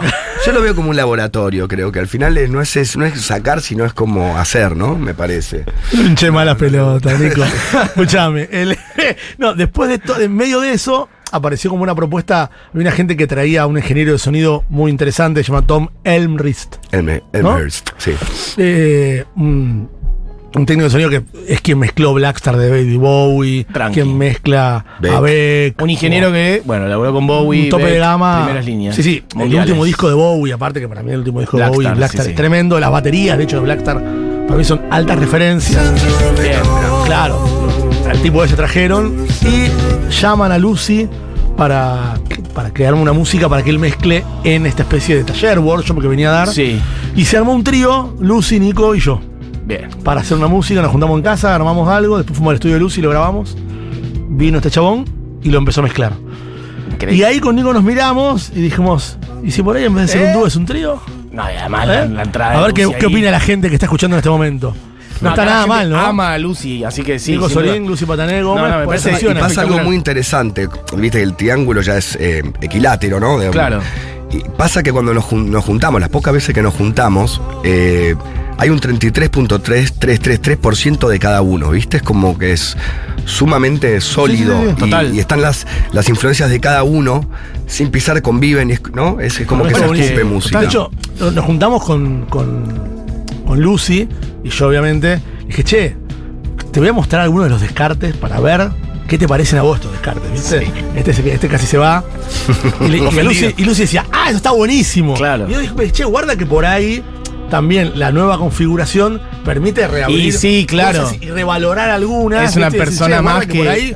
[SPEAKER 4] Yo lo veo como un laboratorio, creo que al final es- no es, es- no es sacar, sino es como hacer, ¿no? Me parece.
[SPEAKER 3] Pinche malas pelotas, Nico. Escuchame. el- no, después de todo, en medio de eso, apareció como una propuesta de una gente que traía a un ingeniero de sonido muy interesante, se llama Tom Elmrist.
[SPEAKER 4] Elme-
[SPEAKER 3] ¿No?
[SPEAKER 4] Elmhurst, sí.
[SPEAKER 3] Eh, un, un técnico de sonido que es quien mezcló Blackstar de Baby Bowie,
[SPEAKER 2] Tranqui.
[SPEAKER 3] quien mezcla
[SPEAKER 4] Beck.
[SPEAKER 3] a Beck.
[SPEAKER 2] Un ingeniero que, bueno, laboró con Bowie.
[SPEAKER 3] un tope
[SPEAKER 2] Beck,
[SPEAKER 3] de gama.
[SPEAKER 2] Primeras líneas.
[SPEAKER 3] Sí, sí.
[SPEAKER 2] mundiales.
[SPEAKER 3] El último disco de Bowie, aparte que para mí el último disco de
[SPEAKER 2] Blackstar,
[SPEAKER 3] Bowie, Blackstar
[SPEAKER 2] sí,
[SPEAKER 3] es
[SPEAKER 2] sí.
[SPEAKER 3] tremendo. Las baterías, de hecho, de Blackstar para mí son altas referencias.
[SPEAKER 2] Bien.
[SPEAKER 3] Claro, al tipo ese trajeron y llaman a Lucy para, para crear una música para que él mezcle en esta especie de taller, workshop que venía a dar.
[SPEAKER 2] Sí.
[SPEAKER 3] Y se armó un trío, Lucy, Nico y yo,
[SPEAKER 2] Bien.
[SPEAKER 3] para hacer una música. Nos juntamos en casa, armamos algo, después fuimos al estudio de Lucy, lo grabamos. Vino este chabón y lo empezó a mezclar. Y ahí con Nico nos miramos y dijimos, ¿y si por ahí en vez de ser
[SPEAKER 2] ¿Eh?
[SPEAKER 3] un dúo es un trío?
[SPEAKER 2] No, y además
[SPEAKER 3] ¿Eh?
[SPEAKER 2] la, la entrada. de
[SPEAKER 3] a ver qué,
[SPEAKER 2] Lucy
[SPEAKER 3] qué
[SPEAKER 2] ahí.
[SPEAKER 3] opina la gente que está escuchando en este momento.
[SPEAKER 2] No,
[SPEAKER 3] No, está
[SPEAKER 2] acá la
[SPEAKER 3] nada
[SPEAKER 2] gente
[SPEAKER 3] mal, ¿no?
[SPEAKER 2] Ama a Lucy, así que sí.
[SPEAKER 3] Nico
[SPEAKER 2] sin duda.
[SPEAKER 3] Solín, Lucy Patané, Gómez, pues,
[SPEAKER 2] No, no, me
[SPEAKER 3] por
[SPEAKER 2] parece-
[SPEAKER 3] esas
[SPEAKER 4] Y
[SPEAKER 3] acciones.
[SPEAKER 4] pasa algo
[SPEAKER 2] espectacular.
[SPEAKER 4] muy interesante. Viste que el triángulo ya es eh, equilátero, ¿no? De-
[SPEAKER 2] Claro.
[SPEAKER 4] Y pasa que cuando nos, jun- nos juntamos, las pocas veces que nos juntamos, eh, hay un 33.3333% de cada uno, ¿viste? Es como que es sumamente sólido.
[SPEAKER 3] sí, sí,
[SPEAKER 4] y-
[SPEAKER 2] total.
[SPEAKER 4] Y, están las, las influencias de cada uno, sin pisar conviven, y es- ¿no? Es como que
[SPEAKER 3] Bueno, eh,
[SPEAKER 4] se
[SPEAKER 3] buenísimo.
[SPEAKER 4] escupe música.
[SPEAKER 3] De hecho, no- nos juntamos con, con, con Lucy y yo, obviamente, dije, che, te voy a mostrar algunos de los descartes para ver qué te parecen a vos estos descartes, ¿viste? Este, se- este casi se va. Y, le- y a Lucy, y Lucy decía, ah, eso está buenísimo.
[SPEAKER 2] Claro.
[SPEAKER 3] Y yo dije, che, guarda que por ahí. También la nueva configuración permite reabrir
[SPEAKER 2] Y sí, claro.
[SPEAKER 3] cosas y revalorar algunas.
[SPEAKER 2] Es una
[SPEAKER 3] ¿viste? Y decir,
[SPEAKER 2] persona
[SPEAKER 3] "Che, guarda
[SPEAKER 2] más que-
[SPEAKER 3] por ahí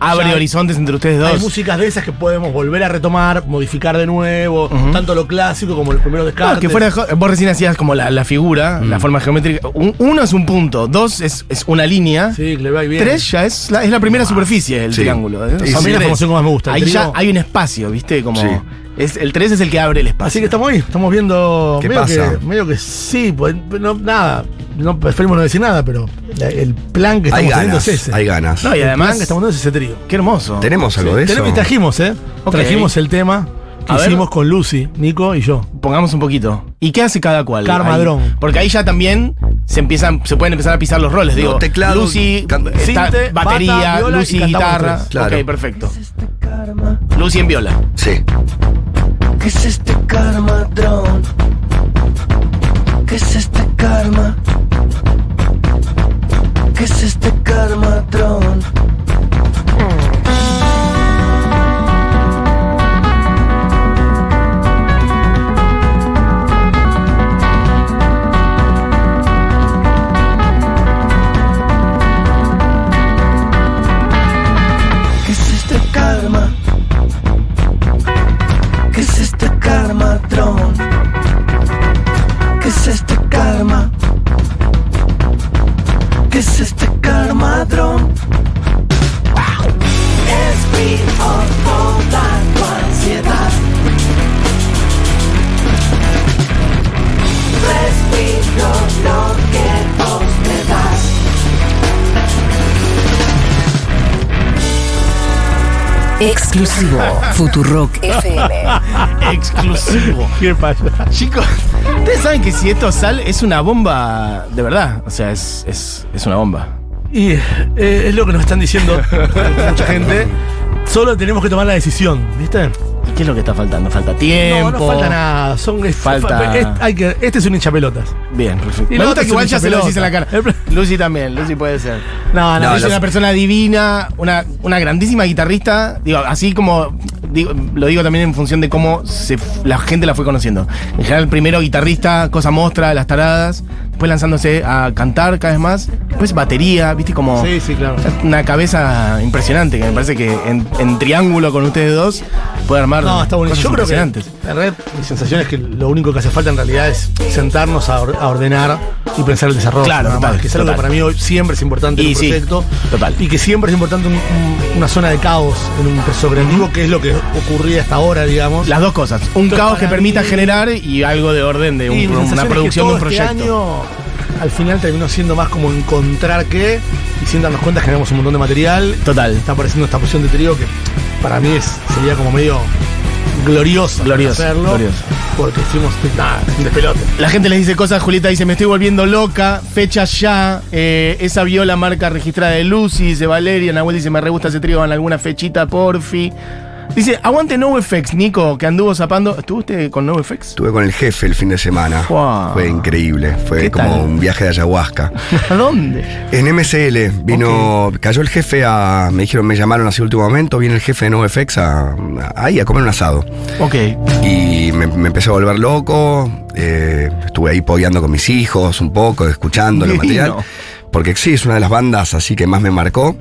[SPEAKER 2] Abre
[SPEAKER 3] Ya-
[SPEAKER 2] horizontes entre ustedes
[SPEAKER 3] hay
[SPEAKER 2] dos.
[SPEAKER 3] músicas de esas que podemos volver a retomar, modificar de nuevo, tanto lo clásico como los
[SPEAKER 4] Ah,
[SPEAKER 3] primeros
[SPEAKER 2] No,
[SPEAKER 3] descartes.
[SPEAKER 2] que fuera de jo- vos recién hacías como la, la figura,
[SPEAKER 3] Mm.
[SPEAKER 2] la forma geométrica. Un- uno es un punto, dos es, es una línea.
[SPEAKER 3] Sí, que le va bien.
[SPEAKER 2] Tres ya es la, es la primera superficie el
[SPEAKER 4] Sí.
[SPEAKER 2] triángulo. ¿eh?
[SPEAKER 4] Sí,
[SPEAKER 2] Son
[SPEAKER 3] a mí la
[SPEAKER 2] tres.
[SPEAKER 3] formación que más me gusta, el
[SPEAKER 2] Ahí ya
[SPEAKER 3] trío.
[SPEAKER 2] hay un espacio, ¿viste? Como
[SPEAKER 4] Sí.
[SPEAKER 2] es, el 3 es el que abre el espacio.
[SPEAKER 3] Así que estamos ahí, estamos viendo.
[SPEAKER 4] ¿Qué
[SPEAKER 3] medio,
[SPEAKER 4] pasa?
[SPEAKER 3] Que, medio que sí, pues no, nada. No, preferimos no decir nada, pero la- el plan que estamos
[SPEAKER 4] hay
[SPEAKER 3] teniendo
[SPEAKER 4] ganas,
[SPEAKER 3] es ese.
[SPEAKER 4] hay ganas.
[SPEAKER 2] No, y
[SPEAKER 3] El plan
[SPEAKER 2] además,
[SPEAKER 3] que estamos teniendo es ese trío.
[SPEAKER 2] qué hermoso.
[SPEAKER 4] ¿Tenemos algo de eso?
[SPEAKER 3] Tenemos y trajimos, ¿eh?
[SPEAKER 2] Ok.
[SPEAKER 3] Trajimos el tema que
[SPEAKER 2] A ver.
[SPEAKER 3] hicimos con Lucy, Nico y yo.
[SPEAKER 2] Pongamos un poquito. ¿Y qué hace cada cual?
[SPEAKER 3] Karma
[SPEAKER 2] Ahí?
[SPEAKER 3] Drone.
[SPEAKER 2] Porque ahí ya también se empiezan, se pueden empezar a pisar los roles. Digo,
[SPEAKER 4] teclado,
[SPEAKER 2] Lucy,
[SPEAKER 4] can-
[SPEAKER 2] está-
[SPEAKER 3] Sinte,
[SPEAKER 2] batería,
[SPEAKER 3] bata, viola y
[SPEAKER 2] Lucy,
[SPEAKER 3] cantamos
[SPEAKER 2] guitarra.
[SPEAKER 3] tres.
[SPEAKER 4] Claro.
[SPEAKER 2] Ok, perfecto. Lucy en viola.
[SPEAKER 4] Sí.
[SPEAKER 5] ¿Qué es este karma, drone? ¿Qué es este karma? ¿Qué es este karma, drone? ¿Qué es este karma? ¿Qué es este karma, dron? ¿Qué es este karma? ¿Qué es este karma, dron? Respiro toda tu ansiedad. Respiro lo que vos me das.
[SPEAKER 6] Exclusivo Futurock FM.
[SPEAKER 2] Exclusivo.
[SPEAKER 3] ¿Qué pasa?
[SPEAKER 2] Chicos, ustedes saben que si esto sale, es una bomba de verdad. O sea, es, es, es una bomba.
[SPEAKER 3] Y eh, es lo que nos están diciendo mucha gente. Solo tenemos que tomar la decisión, ¿viste?
[SPEAKER 7] ¿Y qué es lo que está faltando? Falta tiempo.
[SPEAKER 3] No, no falta nada. Son, es-
[SPEAKER 7] Falta-
[SPEAKER 3] es- hay que, este es un hinchapelotas.
[SPEAKER 7] Bien, perfecto.
[SPEAKER 2] Me
[SPEAKER 3] la
[SPEAKER 2] gusta
[SPEAKER 3] otra
[SPEAKER 2] que igual
[SPEAKER 3] es
[SPEAKER 2] ya
[SPEAKER 3] una
[SPEAKER 2] se lo decís en la cara.
[SPEAKER 3] pelota.
[SPEAKER 2] Lucy también, Lucy puede ser.
[SPEAKER 3] No, no.
[SPEAKER 4] No,
[SPEAKER 2] es
[SPEAKER 4] los-
[SPEAKER 2] una persona divina, una, una grandísima guitarrista. Digo, así como digo- lo digo también en función de cómo se f- la gente la fue conociendo. En general, primero guitarrista, cosa mostra, las taradas. Después lanzándose a cantar cada vez más. Después batería, viste como.
[SPEAKER 3] Sí, sí, claro.
[SPEAKER 2] Una cabeza impresionante que me parece que en, en triángulo con ustedes dos puede armar.
[SPEAKER 3] No, está bonito.
[SPEAKER 2] cosas
[SPEAKER 3] Yo creo que en
[SPEAKER 2] impresionantes.
[SPEAKER 3] realidad, mi sensación es que lo único que hace falta en realidad es sentarnos a, or- a ordenar y pensar el desarrollo.
[SPEAKER 2] Claro,
[SPEAKER 3] nada más,
[SPEAKER 2] total,
[SPEAKER 3] que es algo que
[SPEAKER 2] total.
[SPEAKER 3] para mí hoy siempre es importante en
[SPEAKER 2] Y
[SPEAKER 3] un
[SPEAKER 2] sí,
[SPEAKER 3] proyecto.
[SPEAKER 2] total.
[SPEAKER 3] Y que siempre es importante un- un- una zona de caos en un proceso creativo, que es lo que ocurría hasta ahora, digamos.
[SPEAKER 2] Las dos cosas. Un
[SPEAKER 3] Entonces,
[SPEAKER 2] caos que
[SPEAKER 3] para
[SPEAKER 2] permita
[SPEAKER 3] mí-
[SPEAKER 2] generar y algo de orden de un-
[SPEAKER 3] Y mi sensación
[SPEAKER 2] una
[SPEAKER 3] es que
[SPEAKER 2] producción de
[SPEAKER 3] todo
[SPEAKER 2] un proyecto.
[SPEAKER 3] Este año, al final terminó siendo más como encontrar qué y sin darnos cuenta generamos un montón de material.
[SPEAKER 2] Total.
[SPEAKER 3] Está apareciendo esta posición de trío que para mí es, sería como medio glorioso
[SPEAKER 2] Glorioso,
[SPEAKER 3] hacerlo.
[SPEAKER 2] glorioso.
[SPEAKER 3] Porque hicimos nada, un despelote.
[SPEAKER 2] La gente les dice cosas, Julieta dice, me estoy volviendo loca, fecha ya, eh, esa viola marca registrada de Lucy, dice Valeria, Nahuel dice, me re gusta ese trío, en alguna fechita, porfi. Dice, aguante NoFX, Nico, que anduvo zapando. ¿Estuviste con NoFX?
[SPEAKER 4] Estuve con el jefe el fin de semana.
[SPEAKER 2] Guau.
[SPEAKER 4] Fue increíble.
[SPEAKER 2] ¿Qué
[SPEAKER 4] Fue como
[SPEAKER 2] tal?
[SPEAKER 4] un viaje de ayahuasca.
[SPEAKER 2] ¿A dónde?
[SPEAKER 4] En MSL vino, cayó el jefe a, me dijeron, me llamaron así último momento, viene el jefe de NoFX a, a- ahí a comer un asado.
[SPEAKER 2] Ok.
[SPEAKER 4] Y me, me empecé a volver loco, eh, estuve ahí pogueando con mis hijos un poco, escuchando el material.
[SPEAKER 2] Divino.
[SPEAKER 4] Porque sí, es una de las bandas así que más me marcó.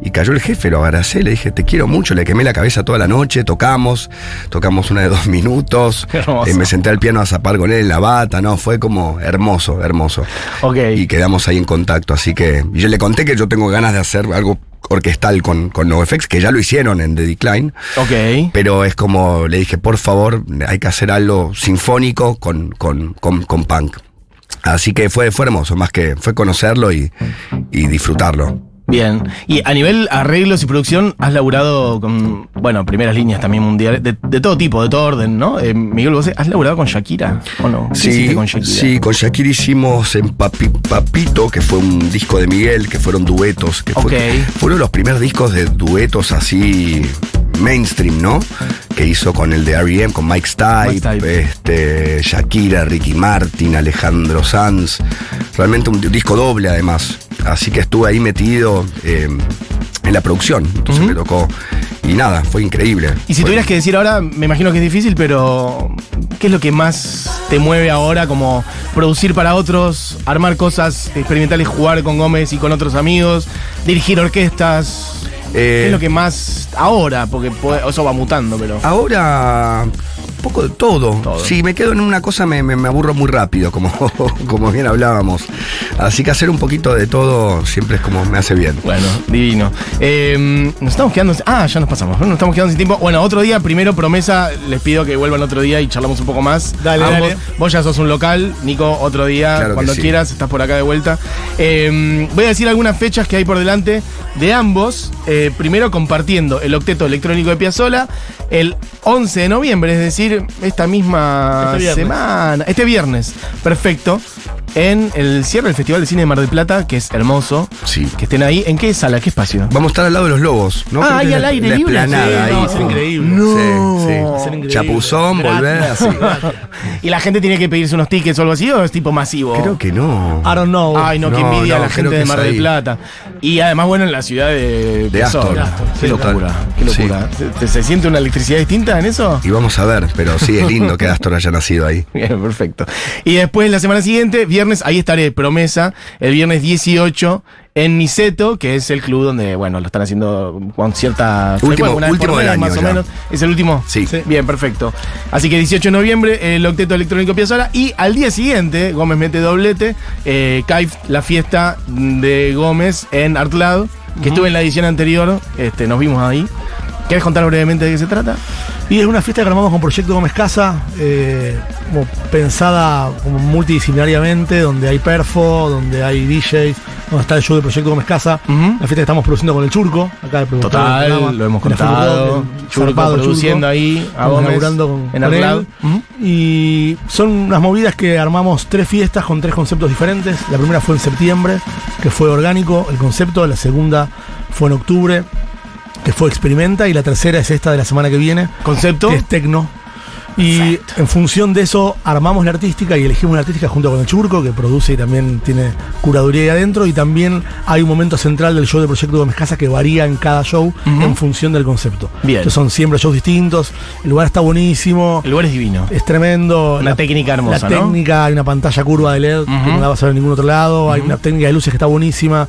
[SPEAKER 4] Y cayó el jefe, lo abracé, le dije, te quiero mucho, le quemé la cabeza toda la noche, tocamos, tocamos una de dos minutos,
[SPEAKER 2] Qué hermoso.
[SPEAKER 4] eh, me senté al piano a zapar con él en la bata, no, fue como hermoso, hermoso.
[SPEAKER 2] Ok.
[SPEAKER 4] Y quedamos ahí en contacto. Así que y yo le conté que yo tengo ganas de hacer algo orquestal con, con NoFX, que ya lo hicieron en The Decline.
[SPEAKER 2] Ok.
[SPEAKER 4] Pero es como, le dije, por favor, hay que hacer algo sinfónico con, con, con, con punk. Así que fue, fue hermoso, más que fue conocerlo y, y disfrutarlo.
[SPEAKER 2] Bien. Y a nivel arreglos y producción, has laburado con, bueno, primeras líneas también mundiales, de, de todo tipo, de todo orden, ¿no? Eh, Miguel, ¿vos has laburado con Shakira o no? ¿Qué hiciste con Shakira?
[SPEAKER 4] sí, con Shakira hicimos en Papi- Papito, que fue un disco de Miguel, que fueron duetos. Que fue,
[SPEAKER 2] Ok.
[SPEAKER 4] fue uno de los primeros discos de duetos así mainstream, ¿no? Que hizo con el de R.E.M., con Mike Stipe,
[SPEAKER 2] Mike Stipe.
[SPEAKER 4] Este, Shakira, Ricky Martin, Alejandro Sanz. Realmente un disco doble, además. Así que estuve ahí metido eh, en la producción. Entonces me tocó. Y nada, fue increíble.
[SPEAKER 2] Y si
[SPEAKER 4] Fue-
[SPEAKER 2] tuvieras que decir ahora, me imagino que es difícil, pero ¿qué es lo que más te mueve ahora? Como producir para otros, armar cosas experimentales, jugar con Gómez y con otros amigos, dirigir orquestas.
[SPEAKER 4] Eh,
[SPEAKER 2] ¿Qué es lo que más ahora? Porque puede- eso va mutando, pero.
[SPEAKER 4] Ahora, un poco de todo.
[SPEAKER 2] Todo.
[SPEAKER 4] Si me quedo en una cosa me, me- me aburro muy rápido, como, como bien hablábamos. Así que hacer un poquito de todo siempre es como me hace bien.
[SPEAKER 2] Bueno, divino. Eh, nos estamos quedando. Ah, ya nos pasamos. Nos estamos quedando sin tiempo. Bueno, otro día, primero promesa. Les pido que vuelvan otro día y charlamos un poco más.
[SPEAKER 3] Dale,
[SPEAKER 2] Ambos.
[SPEAKER 3] dale.
[SPEAKER 2] Vos ya sos un local. Nico, otro día,
[SPEAKER 4] Claro que
[SPEAKER 2] cuando
[SPEAKER 4] sí.
[SPEAKER 2] quieras, estás por acá de vuelta. Eh, voy a decir algunas fechas que hay por delante de ambos. Eh, primero compartiendo el octeto electrónico de Piazzola el 11 de noviembre, es decir, esta misma
[SPEAKER 3] Este viernes.
[SPEAKER 2] semana. Este viernes. Perfecto. En el cierre del Festival de Cine de Mar del Plata, que es hermoso.
[SPEAKER 4] Sí.
[SPEAKER 2] Que estén ahí. ¿En qué sala? ¿Qué espacio?
[SPEAKER 4] Vamos a estar al lado de los lobos, ¿no?
[SPEAKER 2] Ah,
[SPEAKER 4] Creo que
[SPEAKER 2] ahí
[SPEAKER 4] es
[SPEAKER 2] al
[SPEAKER 4] la-
[SPEAKER 2] aire
[SPEAKER 4] la
[SPEAKER 2] libre.
[SPEAKER 4] explanada
[SPEAKER 2] Sí,
[SPEAKER 4] ahí.
[SPEAKER 2] no, es increíble.
[SPEAKER 4] Sí, sí.
[SPEAKER 2] No. Va a ser
[SPEAKER 3] increíble.
[SPEAKER 4] Chapuzón,
[SPEAKER 3] Gratis.
[SPEAKER 4] volver así.
[SPEAKER 2] ¿Y la gente tiene que pedirse unos tickets o algo así o es tipo masivo?
[SPEAKER 4] Creo que no.
[SPEAKER 3] I don't know.
[SPEAKER 2] Ay, no, que
[SPEAKER 4] No,
[SPEAKER 2] envidia a
[SPEAKER 4] no,
[SPEAKER 2] la
[SPEAKER 4] creo
[SPEAKER 2] gente
[SPEAKER 4] que
[SPEAKER 2] de
[SPEAKER 4] es
[SPEAKER 2] Mar del
[SPEAKER 4] ahí.
[SPEAKER 2] Plata. Y además, bueno, en la ciudad de,
[SPEAKER 4] De
[SPEAKER 2] Sol.
[SPEAKER 4] Astor.
[SPEAKER 2] Qué
[SPEAKER 4] Sí,
[SPEAKER 2] locura,
[SPEAKER 4] total.
[SPEAKER 2] qué locura. ¿Se, se siente una electricidad distinta en eso?
[SPEAKER 4] Y vamos a ver, pero sí es lindo que Astor haya nacido ahí.
[SPEAKER 2] Bien, perfecto. Y después, la semana siguiente, viernes, ahí estaré, promesa, el viernes 18 en Niceto, que es el club donde, bueno, lo están haciendo con cierta
[SPEAKER 4] Último-
[SPEAKER 2] frecuencia, una vez
[SPEAKER 4] último
[SPEAKER 2] por
[SPEAKER 4] del
[SPEAKER 2] mes,
[SPEAKER 4] año
[SPEAKER 2] más o
[SPEAKER 4] ya.
[SPEAKER 2] menos. ¿Es el último?
[SPEAKER 4] Sí. Sí.
[SPEAKER 2] Bien, perfecto. Así que 18 de noviembre, el Octeto Electrónico Piazzola. Y al día siguiente, Gómez mete doblete, eh, Caif, la fiesta de Gómez en Artlado, que estuve en la edición anterior, este, nos vimos ahí. ¿Querés contar brevemente de qué se trata?
[SPEAKER 3] Y es una fiesta que armamos con Proyecto Gómez Casa, eh, como pensada como multidisciplinariamente, donde hay perfo, donde hay DJs, donde está el show de Proyecto Gómez Casa.
[SPEAKER 2] Ujú.
[SPEAKER 3] La fiesta que estamos produciendo con el Churco, acá el productor del programa,
[SPEAKER 2] Total, lo hemos
[SPEAKER 3] en la Full
[SPEAKER 2] contado.
[SPEAKER 3] Rock, el
[SPEAKER 2] Churco
[SPEAKER 3] zarpado
[SPEAKER 2] produciendo
[SPEAKER 3] Churco.
[SPEAKER 2] ahí a
[SPEAKER 3] Estamos
[SPEAKER 2] Gómez
[SPEAKER 3] laburando con,
[SPEAKER 2] en
[SPEAKER 3] con él.
[SPEAKER 2] Arlao. Ujú.
[SPEAKER 3] Y son unas movidas que armamos tres fiestas con tres conceptos diferentes. La primera fue en septiembre, que fue orgánico el concepto. La segunda fue en octubre, que fue Experimenta, y la tercera es esta de la semana que viene,
[SPEAKER 2] Concepto.
[SPEAKER 3] que es Tecno. Y en función de eso armamos la artística y elegimos la artística junto con el Churco, que produce y también tiene curaduría ahí adentro. Y también hay un momento central del show de Proyecto Gómez Casa que varía en cada show en función del concepto.
[SPEAKER 7] Bien.
[SPEAKER 3] Entonces son siempre shows distintos, el lugar está buenísimo.
[SPEAKER 7] El lugar es divino.
[SPEAKER 3] Es tremendo.
[SPEAKER 7] Una técnica hermosa,
[SPEAKER 3] La
[SPEAKER 7] ¿no?
[SPEAKER 3] técnica, hay una pantalla curva de LED que no la vas a ver en ningún otro lado. Hay una técnica de luces que está buenísima.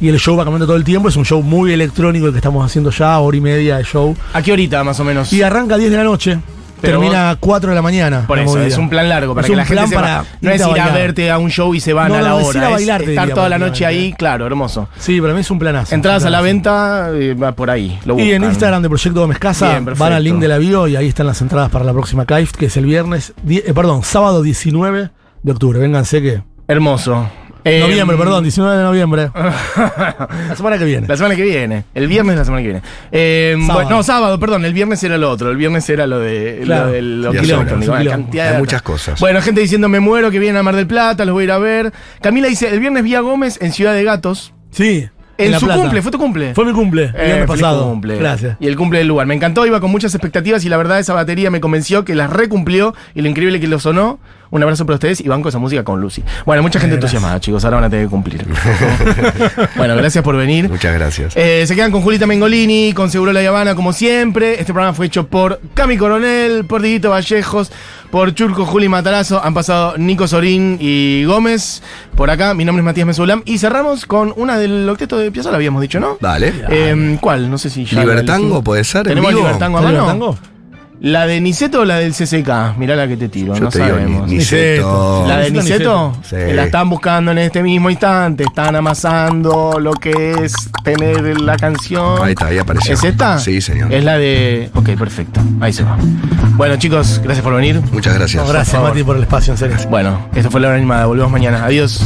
[SPEAKER 3] Y el show va cambiando todo el tiempo. Es un show muy electrónico el que estamos haciendo ya, hora y media de show.
[SPEAKER 2] ¿A qué horita más o menos?
[SPEAKER 3] Y arranca a 10 de la noche.
[SPEAKER 2] Pero
[SPEAKER 3] termina a 4 de la mañana.
[SPEAKER 2] Por
[SPEAKER 3] la
[SPEAKER 2] eso,
[SPEAKER 3] movida.
[SPEAKER 2] es un plan largo para
[SPEAKER 3] Es
[SPEAKER 2] que
[SPEAKER 3] un
[SPEAKER 2] la gente
[SPEAKER 3] plan
[SPEAKER 2] se va.
[SPEAKER 3] para
[SPEAKER 2] No
[SPEAKER 3] irte
[SPEAKER 2] es
[SPEAKER 3] a
[SPEAKER 2] ir a
[SPEAKER 3] bailar.
[SPEAKER 2] verte a un show y se van
[SPEAKER 3] No,
[SPEAKER 2] a la
[SPEAKER 3] no, es
[SPEAKER 2] hora.
[SPEAKER 3] ir a bailar,
[SPEAKER 2] es
[SPEAKER 3] te
[SPEAKER 2] estar
[SPEAKER 3] diría,
[SPEAKER 2] toda la noche
[SPEAKER 3] prácticamente.
[SPEAKER 2] ahí, claro, hermoso.
[SPEAKER 3] Sí, para mí es un planazo.
[SPEAKER 2] Entradas
[SPEAKER 3] Un
[SPEAKER 2] a la
[SPEAKER 3] planazo.
[SPEAKER 2] venta, eh, va por ahí. Lo
[SPEAKER 3] Y en
[SPEAKER 2] buscan.
[SPEAKER 3] Instagram de Proyecto Gómez Casa
[SPEAKER 2] Bien,
[SPEAKER 3] van al link
[SPEAKER 2] perfecto.
[SPEAKER 3] de la bio y ahí están las entradas para la próxima CAIF, que es el viernes, die- eh, perdón, sábado 19 de octubre. Vénganse que.
[SPEAKER 2] Hermoso. Eh,
[SPEAKER 3] noviembre, perdón, 19 de noviembre. la semana que viene.
[SPEAKER 2] La semana que viene. El viernes la semana que viene. Eh,
[SPEAKER 3] Sábado.
[SPEAKER 2] bueno, no, sábado, perdón. El viernes era lo otro. El viernes era lo de
[SPEAKER 3] Claro.
[SPEAKER 2] lo del
[SPEAKER 4] Ya
[SPEAKER 2] quilombo,
[SPEAKER 4] sobra.
[SPEAKER 2] digo, la
[SPEAKER 3] Quilombo.
[SPEAKER 2] cantidad de
[SPEAKER 4] Hay
[SPEAKER 2] data.
[SPEAKER 4] muchas cosas.
[SPEAKER 2] Bueno, gente diciendo me muero, que vienen a Mar del Plata, los voy a ir a ver. Camila dice, el viernes vi a Gómez en Ciudad de Gatos.
[SPEAKER 3] Sí.
[SPEAKER 2] En,
[SPEAKER 3] La
[SPEAKER 2] su
[SPEAKER 3] Plata.
[SPEAKER 2] cumple, fue tu cumple.
[SPEAKER 3] Fue mi cumple, el
[SPEAKER 2] Eh,
[SPEAKER 3] viernes
[SPEAKER 2] feliz
[SPEAKER 3] pasado.
[SPEAKER 2] cumple.
[SPEAKER 3] Gracias.
[SPEAKER 2] Y el cumple del lugar. Me encantó, iba con muchas expectativas y la verdad esa batería me convenció que las recumplió y lo increíble que lo sonó. Un abrazo para ustedes y banco esa música con Lucy. Bueno, mucha gente entusiasmada, chicos. Ahora van a tener que cumplir. bueno, gracias por venir.
[SPEAKER 4] Muchas gracias.
[SPEAKER 2] Eh, se quedan con Julita Mengolini, con Seguro La Habana, como siempre. Este programa fue hecho por Cami Coronel, por Diguito Vallejos, por Churco Juli Matarazo. Han pasado Nico Sorín y Gómez. Por acá, mi nombre es Matías Mesulam. Y cerramos con una del octeto de Piazzolla, habíamos dicho, ¿no?
[SPEAKER 4] Dale.
[SPEAKER 2] Eh, ¿Cuál? No sé si ya.
[SPEAKER 4] ¿Libertango puede ser? ¿En
[SPEAKER 2] ¿Tenemos
[SPEAKER 4] vivo?
[SPEAKER 2] Libertango a
[SPEAKER 3] ¿Tenés
[SPEAKER 2] mano?
[SPEAKER 3] tango?
[SPEAKER 2] ¿La de Niceto o la del CCK? Mirá la que te tiro,
[SPEAKER 4] Yo
[SPEAKER 2] no
[SPEAKER 4] te digo,
[SPEAKER 2] sabemos.
[SPEAKER 4] ni, ni sé
[SPEAKER 3] Niceto.
[SPEAKER 2] ¿La de
[SPEAKER 3] Niceto,
[SPEAKER 2] Niceto?
[SPEAKER 4] Niceto.
[SPEAKER 2] Que
[SPEAKER 4] Oh. Sí.
[SPEAKER 2] La están buscando en este mismo instante. Están amasando lo que es tener la canción.
[SPEAKER 4] Ahí está, ahí apareció.
[SPEAKER 2] ¿Es esta?
[SPEAKER 4] Sí, señor.
[SPEAKER 2] Es la de. Ok, perfecto. Ahí se va. Bueno, chicos, gracias por venir.
[SPEAKER 4] Muchas gracias.
[SPEAKER 3] No, gracias,
[SPEAKER 2] favor.
[SPEAKER 3] Mati, por el espacio, en serio.
[SPEAKER 2] Bueno, esto fue la hora animada. Volvemos mañana. Adiós.